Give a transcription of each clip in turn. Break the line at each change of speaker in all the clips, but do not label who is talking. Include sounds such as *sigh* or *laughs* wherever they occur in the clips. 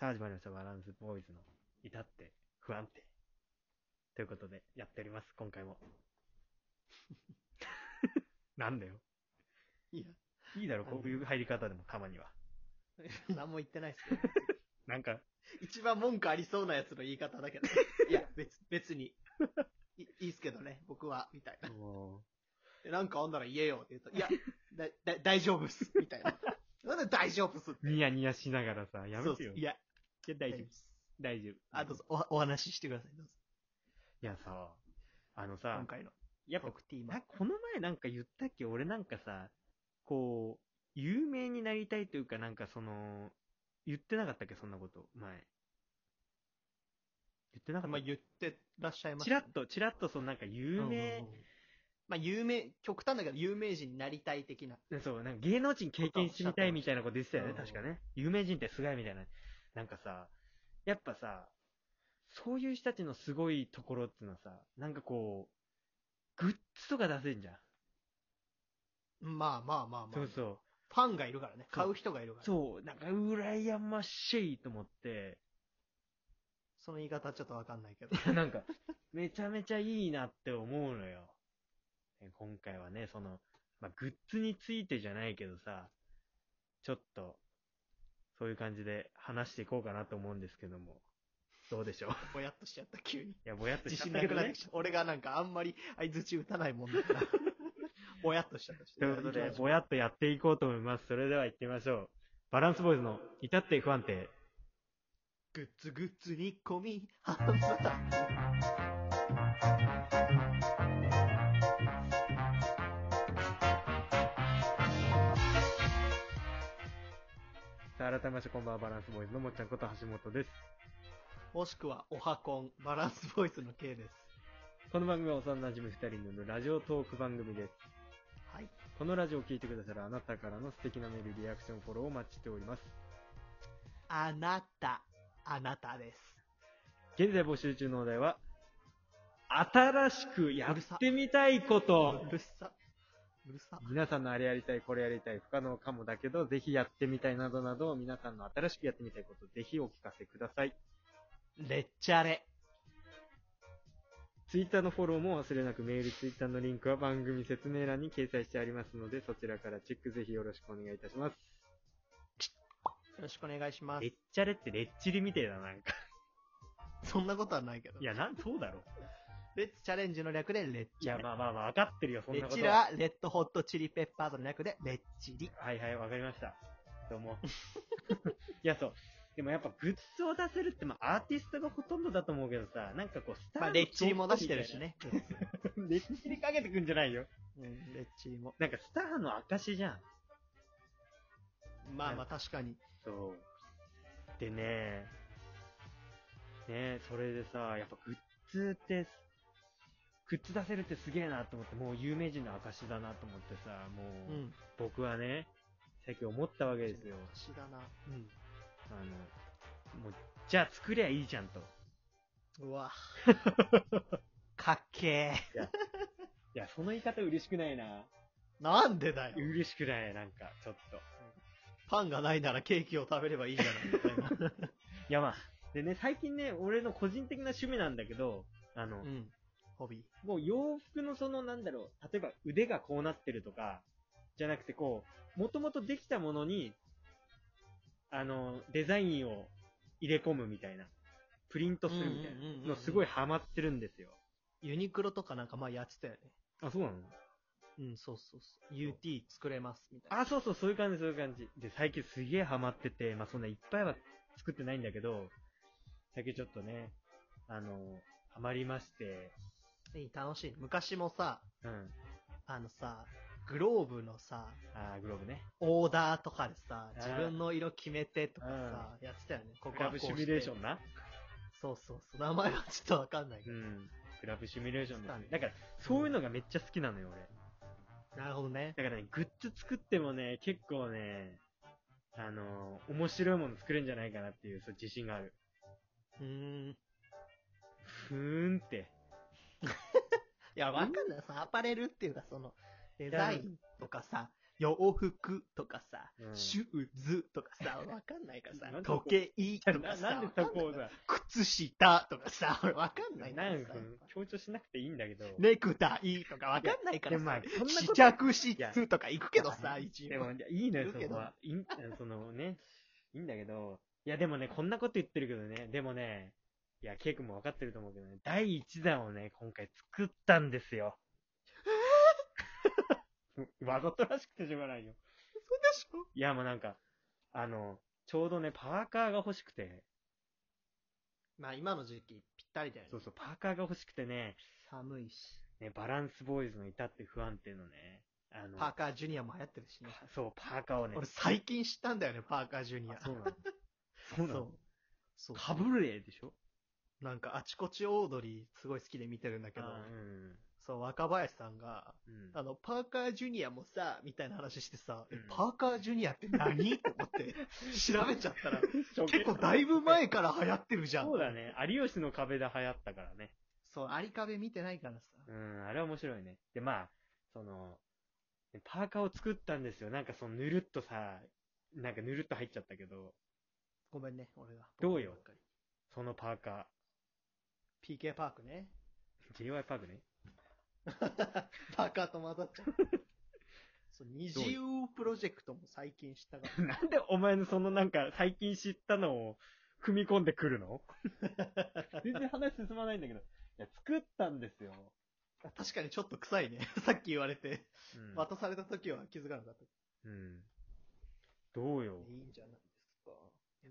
さあ始まりました。バランスボーイズの至って不安定。ということで、やっております。今回も。 *laughs* なんだよ。*laughs*
いや、
いいだろ、
あの
こういう入り方でもたまには。
何も言ってないっすけど。
なんか、
一番文句ありそうなやつの言い方だけど。いや、別、別に。いいいっすけどね、僕は、みたいな。でなんかあんなら言えよって言うと、いや、だ、だ、大丈夫っす、みたいな。なんで大丈夫っすって。
ニヤニヤしながらさ、やめ
そうってす
よ。
いや、
いや大丈夫
っ。す。
大丈夫。
あ、どうぞ、お、お話ししてください、どうぞ。
いやさ、あのさ
今、回の
やっぱ
トークテーマ
な。この前なんか言ったっけ俺なんかさ、こう、有名になりたいというか、なんかその、言ってなかったっけそんなこと、前。言ってなかっ
ま
た
あ、言ってらっしゃいます
チラッと、チラッと、そのなんか有名、。
まあ、有名、極端だけど、有名人になりたい的な。
そう、なんか芸能人経験してみたいみたいなこと言ってたよね、
うん
確かね。有名人ってすごいみたいな。なんかさ、やっぱさ、そういう人たちのすごいところっていうのはさ、なんかこう、グッズとか出せんじゃん。
まあまあまあまあ。
そうそう。
ファンがいるからね。買う人がいるから。
そう、なんか羨ましいと思って、
その言い方はちょっとわかんないけど。
*laughs* なんか、めちゃめちゃいいなって思うのよ。ね今回はね、その、まあ、グッズについてじゃないけどさ、ちょっと、そういう感じで話していこうかなと思うんですけども、どうでし
*laughs*
ょう
ぼやっとしちゃった、急
*laughs*
に。
いや、ぼやっとし
自
ちゃった
信な
けど
くなって
ね
き。ちゃった。俺がなんかあんまり相づち打たないもん
*laughs*
だから。ぼやっとしちゃったし。
ということ
いや
で
い、や
ぼやっとやっていこうと思います。それでは行ってみましょう。バランスボーイズの至って不安定。
グッズグッズ煮込み、ハンズタ
さあ、改めましてこんばんは、バランスボーイズのもっちゃんこと橋本です。
もしくは、オハコン、バランスボイスの K です。
この番組は幼馴染み2人によるラジオトーク番組です。
はい。
このラジオを聞いてくださるあなたからの素敵なメール、リアクション、フォローをお待ちしております。
あなた、あなたです。
現在募集中のお題は、新しくやってみたいこと。
うるさ。うるさ。
皆さんのあれやりたい、これやりたい、不可能かもだけど、ぜひやってみたいなどなど、皆さんの新しくやってみたいこと、ぜひお聞かせください。
レッチャレ。
ツイッターのフォローも忘れなく、メール、ツイッターのリンクは番組説明欄に掲載してありますので、そちらからチェックぜひよろしくお願いいたします。
よろしくお願いします
レッ。チャレってレッチリみてえだな、なんか。
そんなことはないけど。
いや、なん、そうだろ。
レッツチャレンジの略でレッ
い
チャ
や、
レ。
まあまあまあ、わかってるよ、そん
レ
な
ッ
こと
チ
は。
ラは、レッドホットチリペッパーズの略で、レッチリ。
はいはい、わかりました。どうも。 *laughs* いや、そう。でもやっぱグッズを出せるって、まあ、アーティストがほとんどだと思うけどさ、なんかこう、スター
まあ、
の
レッチリも出してるしね。
ちょっとみたいな。レッチリかけてくんじゃないよ。
うん、レッチリも。
なんかスターの証じゃん。
まあまあ確かに。
そう。でね、ねそれでさ、やっぱグッズって、グッズ出せるってすげえなと思って、もう有名人の証だなと思ってさ、も
う
う、。僕はね、最近思ったわけですよ。
私だな。うん。
あの、もう、じゃあ作りゃいいじゃんと。
うわ。 *laughs* かっけえ。
いや、その言い方嬉しくないな。
なんでだよ。
嬉しくない、なんか、ちょっと。
パンがないならケーキを食べればいいじゃないみたい *laughs* な。
いや、まあ、でね、最近ね、俺の個人的な趣味なんだけど、あの、
うん。ホビー。
もう洋服のその、なんだろう、例えば腕がこうなってるとか、じゃなくてこう、もともとできたものに、あの、デザインを入れ込むみたいな、プリントするみたい
うんうんうんうんう
なんのすごいハマってるんですよ。
ユニクロとかなんかまあやってたよね。
あ、そうなの
うん、そうそうそう。UT 作れます、みたいな。
あ、そうそう、そういう感じ、そういう感じ。で、最近すげえハマってて、まあそんないっぱいは作ってないんだけど、最近ちょっとね、あの、ハマりまして、
いい、楽しい。昔もさ、
うん。
あのさ、グローブのさ、
あーグローブね。
オーダーとかでさ、
あー
自分の色決めてとかさ、やってたよね。こ
グ
こ
ラ
は
ブシ
こうして
ミュレーションな。
そうそうそう。名前はちょっとわかんないけ
う
ど。
ん。グラブシミュレーションです
そう
ね
だ
だ
ね。
から、そういうのがめっちゃ好きなのよ、俺。
なるほどね。
だからね、グッズ作ってもね、結構ね、あの、面白いもの作れるんじゃないかなっていう、そう自信がある。
うーん。い
ふーんって。
や、わかんない。さ、アパレルっていうか、その、デザインとかさ、洋服とかさ、
うん
シューズとか
*laughs*
さ、わかんないからさ
なん、で
時計と
なな
か
ん
さ
で、そこをさ、
靴下とかさ、俺わかんないか
な
ら
ん
さ
か、強調しなくていいんだけど。
ネクタイとかわかんないか
で
ら
もま
さ
あ、、そんな
試
こと。
着室とか行くけ
い
ど
や
さ、一
で
応
も、。いいのよ、
言う
そ
け
こ
ど
は。いいん、そのね、いいんだけど、いや、でもね、こんなこと言ってるけどね、でもね、いや、ケイ君も分かってると思うけどね、第1弾をね、今回作ったんですよ。わざとらしくてしょうがないよ。
そうでし
いや、もうなんか、あの、ちょうどね、パーカーが欲しくて、
ょまあ今の時期ぴったりだよ
そ
ね
う。そう、パーカーが欲しくてね、
寒いし。
ね、バランスボーイズのいたって不安定のね、あの、
パーカージュニアも流行ってるしね。
そう、パーカーをね、
俺最近知ったんだよね、パーカージュニア
あ。そうなの。そうな
そ
の
う。。そう
カブレーでしょ
なんかあちこちオードリーすごい好きで見てるんだけど、
あうん
そう、若林さんが、
うん。
あの、パーカージュニアもさ、みたいな話してさ、え
うん
パーカージュニアって
*laughs*
何と思って調べちゃったら、
初見
結構だいぶ前から流行ってるじゃん。
そうだ。ね。有吉の壁で流行ったからね。
そう、アリカベ見てないからさ。
うん、あれは面白いね。で、まあ、その、パーカーを作ったんですよ。なんかそのぬるっとさ、なんかぬるっと入っちゃったけど、
ごめんね、俺が。
どうよ
僕ばっか
そのパーカ
り PK パークね。 *laughs*
ー、JY パークね。
パーカーと混ざっちゃう。
*laughs*
そう、二自由プロジェクトも最近したから。
なんでお前のそのなんか最近知ったのを踏み込んでくる *laughs* の全然話進まないんだけど。いや、作ったんですよ。
確かにちょっと臭いね。 *laughs* さっき言われて、
うん。
渡された時は気づかなかった。
うん。どうよ。
いいんじゃないですか。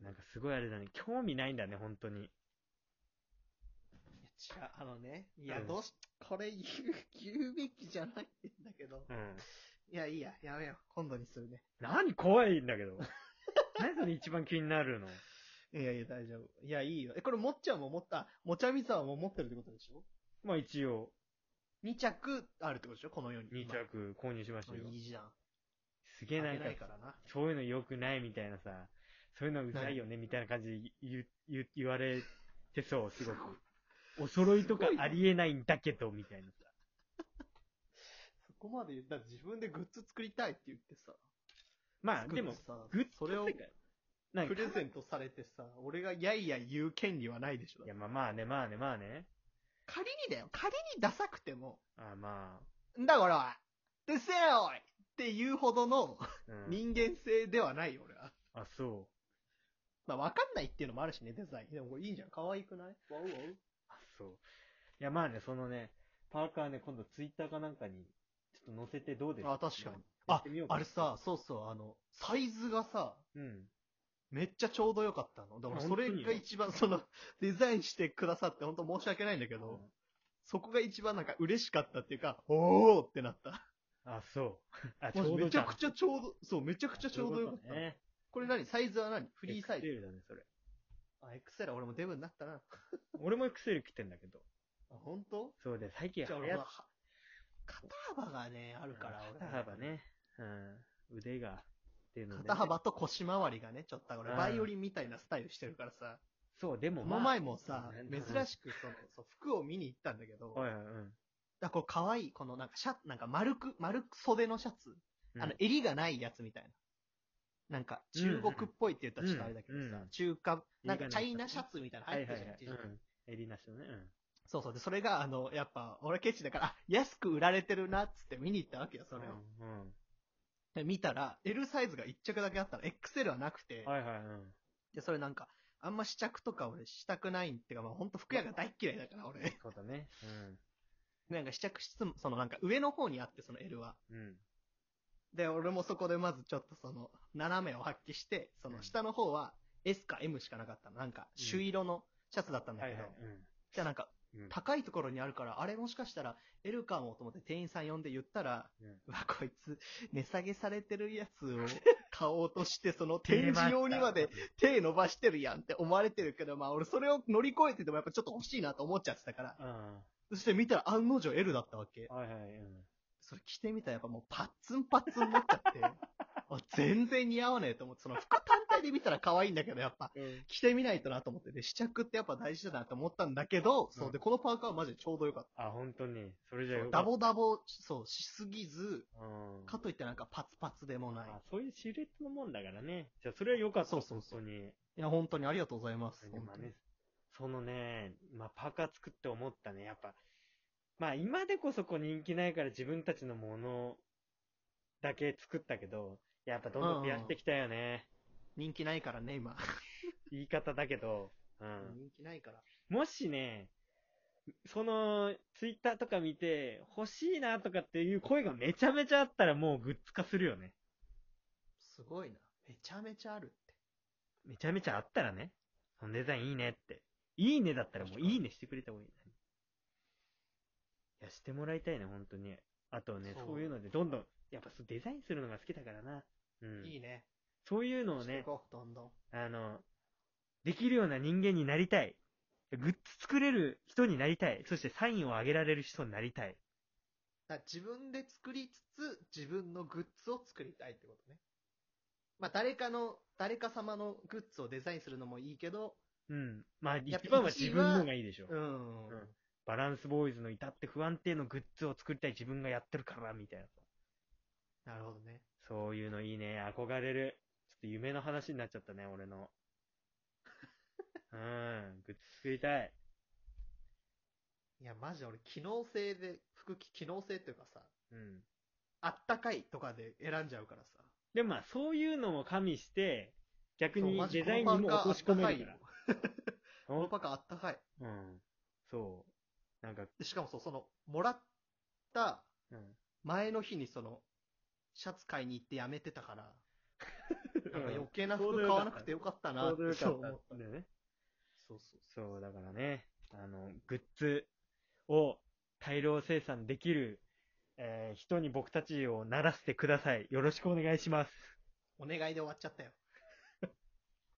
なんかすごいあれだね。興味ないんだね、本当に。
いや、違う、あのね、いや
う、ん
どうし、これ言う、言うべきじゃないんだけど。
うん。
いや、いいや、やめよう。今度にするね。
何怖いんだけ
*laughs*
ど。何それ一番気になるの
いやいや、大丈夫。いや、いいよ。え、これ、もっちゃんも持った、あもちゃみさんも持ってるってことでしょ
まあ一応、
二着あるってことでしょこの世に。
2着購入しました
今。
よ
あ。いいじゃん。
すげえなん
あげ
か
ない、からな。
そういうの良くないみたいなさ、そういうのうざいよねみたいな感じで言言言われてそう、すごく。お揃いとか
すごいね
ありえないんだけど、みたいなさ。
そこまで言ったら自分でグッズ作りたいって言ってさ。
まあ
作って
でも、
さ
グッズ
それを
なんかなん
プ
か
レゼントされてさ、俺がやいや言う権利はないでしょ
い。やまあまあね、まあね、まあね。
仮にだよ。仮にダサくても、
あま
んだから、うっせえよおいっていうほどの *laughs*
あ、うん。
人間性ではないよ、俺は。
あ、そう。
まあ、わかんないっていうのもあるしね、デザイン。でもこれいいんじゃん。可愛くないわうわう。
あ、そう。いや、まあね、そのね、パーカーね、今度ツイッターかなんかに、ちょっと載せてどうです
あ確かに。
まやってみようか
あれさ、、そうそう、あの、サイズがさ、
うん。
めっちゃちょうどよかったの。だから
あ
それ
本当
が
に
一番、その、デザインしてくださって本当申し訳ないんだけど、そこが一番なんか嬉しかったっていうか、おーってなった。
あ、そう。 *laughs* あ、
もうめちゃく
ゃ
ちゃちょうど、そう、めちゃくちゃちょうどよかった。こ
ね。
れ何サイズは何フ
フ
リーサイズ。
だね、それ。
あ、エクセル俺もデブになったな。あ、
俺もエクセル来てんだけど。
本当？
そうで、最近
じゃあ
流
俺
行
は
っ、
肩幅がね、ある
た
から。俺
肩幅。ね。うん。腕が。っていうのでね
肩幅と腰回りがね、ちょっと俺、
うん
バイオリンみたいなスタイルしてるからさ。
そう、でも
こ
まあ。
の前もさ
う、ん
珍しくその、そう服を見に行ったんだけど、
はいはいうん。
あ、これ可愛い、このなんかシャツ、なんか丸く、丸く袖のシャツ。
うん
あの、襟がないやつみたいな。なんか、中国っぽいって言ったらちょっとあれだけど
うんうんう
さ
ん、
中華、なんか
襟がない
チャイナシャツみたいなの
は
入
い
って
は
る
い
じゃん
は。い。
一時
うん。襟なしのね。うん。
そうそう。で、それが、あの、やっぱ、俺ケチだから、あ、安く売られてるな、っつって見に行ったわけよ、それを。
うん。うん
で、見たら、L サイズが1着だけあったの。XL はなくて、
はいはい。うん。
で、それなんか、あんま試着とか俺したくないんっていうか、まあ、ほんと服屋が大っ嫌いだから、俺。
そうだね。
なんか試着室も、そのなんか上の方にあって、その L は。
うん。うん。
で、俺もそこでまずちょっとその、斜めを発揮して、その下の方は S か M しかなかったの。なんか、朱色のシャツだったんだ
は
け
い
ど、
はい。
じゃあなんか、
うん。うん。
高いところにあるから、あれもしかしたら L かもと思って店員さん呼んで言ったら、
う
うんわ、こいつ、値下げされてるやつを買おうとして、
*laughs*
その展示用にまで手伸ばしてるやんって思われてるけど、まあ俺それを乗り越えてでもやっぱちょっと欲しいなと思っちゃってたから、
うん。
そして見たら案の定 L だったわけ。
はいはい。うん。
それ着てみたらやっぱもうパッツンパッツンになっちゃって、
*laughs*
あ全然似合わねえと思って、その服単体で見たら可愛いんだけど、やっぱ
うん。
着てみないとなと思って、で、試着ってやっぱ大事だなと思ったんだけど、そう、で、このパーカーはマジでちょうどよかっ
あ、本当に。それじ
た。
ゃ
そ
よ
う
か
ダ
った。
ボダボ、そう、しすぎず、
うん。
かといってなんかパツパツでもない。
あそういうシルエットのもんだからね。じゃあ、それは良かった。
そうそうそう
本当に。
いや、本当にありがとうございます。
でまあ
本当に
ね、そのね、まあ、パーカー作って思ったね。やっぱ、まあ、今でこそこう人気ないから自分たちのものだけ作ったけど、やっぱどんどん増やしてきたよね。
人気ないからね、今。
言い方だけど。うん。
人気ないから。
もしね、その、ツイッターとか見て、欲しいなとかっていう声がめちゃめちゃあったらもうグッズ化するよね。
すごいな。めちゃめちゃあるって。
めちゃめちゃあったらね。そのデザインいいねって。いいねだったらもういいねしてくれた方がいい。いや、してもらいたいね、本当に。あとね、
そう
そういうのでどんどん、やっぱそうデザインするのが好きだからな。うん。
いいね。
そういうのを
してい
ね、
こう、どんどん。
あの、できるような人間になりたい。グッズ作れる人になりたい。そしてサインをあげられる人になりたい。
だから自分で作りつつ、自分のグッズを作りたいってことね。まあ、誰かの、誰か様のグッズをデザインするのもいいけど、
うん。まあ、
やっぱ
一番は
一
自
位は
分のがいいでしょ。
うん。
うんバランスボーイズの至って不安定のグッズを作りたい自分がやってるから、みたいな。
なるほどね。
そういうのいいね。憧れる。ちょっと夢の話になっちゃったね、俺の。うん。グッズ作りたい。
いや、マジで俺、機能性で、服着機能性っていうかさ、
うん。
あったかいとかで選んじゃうからさ。
でもまあ、そういうのも加味して、逆に
そうマジ
デザインにも落とし込めるから。
この
お
パーカーあったかいよ。この
う
パーカーあったかい。
ん。そう。なんか、
でしかもそう、その、もらった
うん。
前の日にその、シャツ買いに行ってやめてたから、なんか余計な
ちょう
服
ど
買
よかった
わなくてよかったなって
ちょうどよ
そう
かっ
思った
んだよね。
そうそう。
そう、だからね、あの、グッズを大量生産できる、えー人に僕たちをならせてください。よろしくお願いします。
お願いで終わっちゃったよ。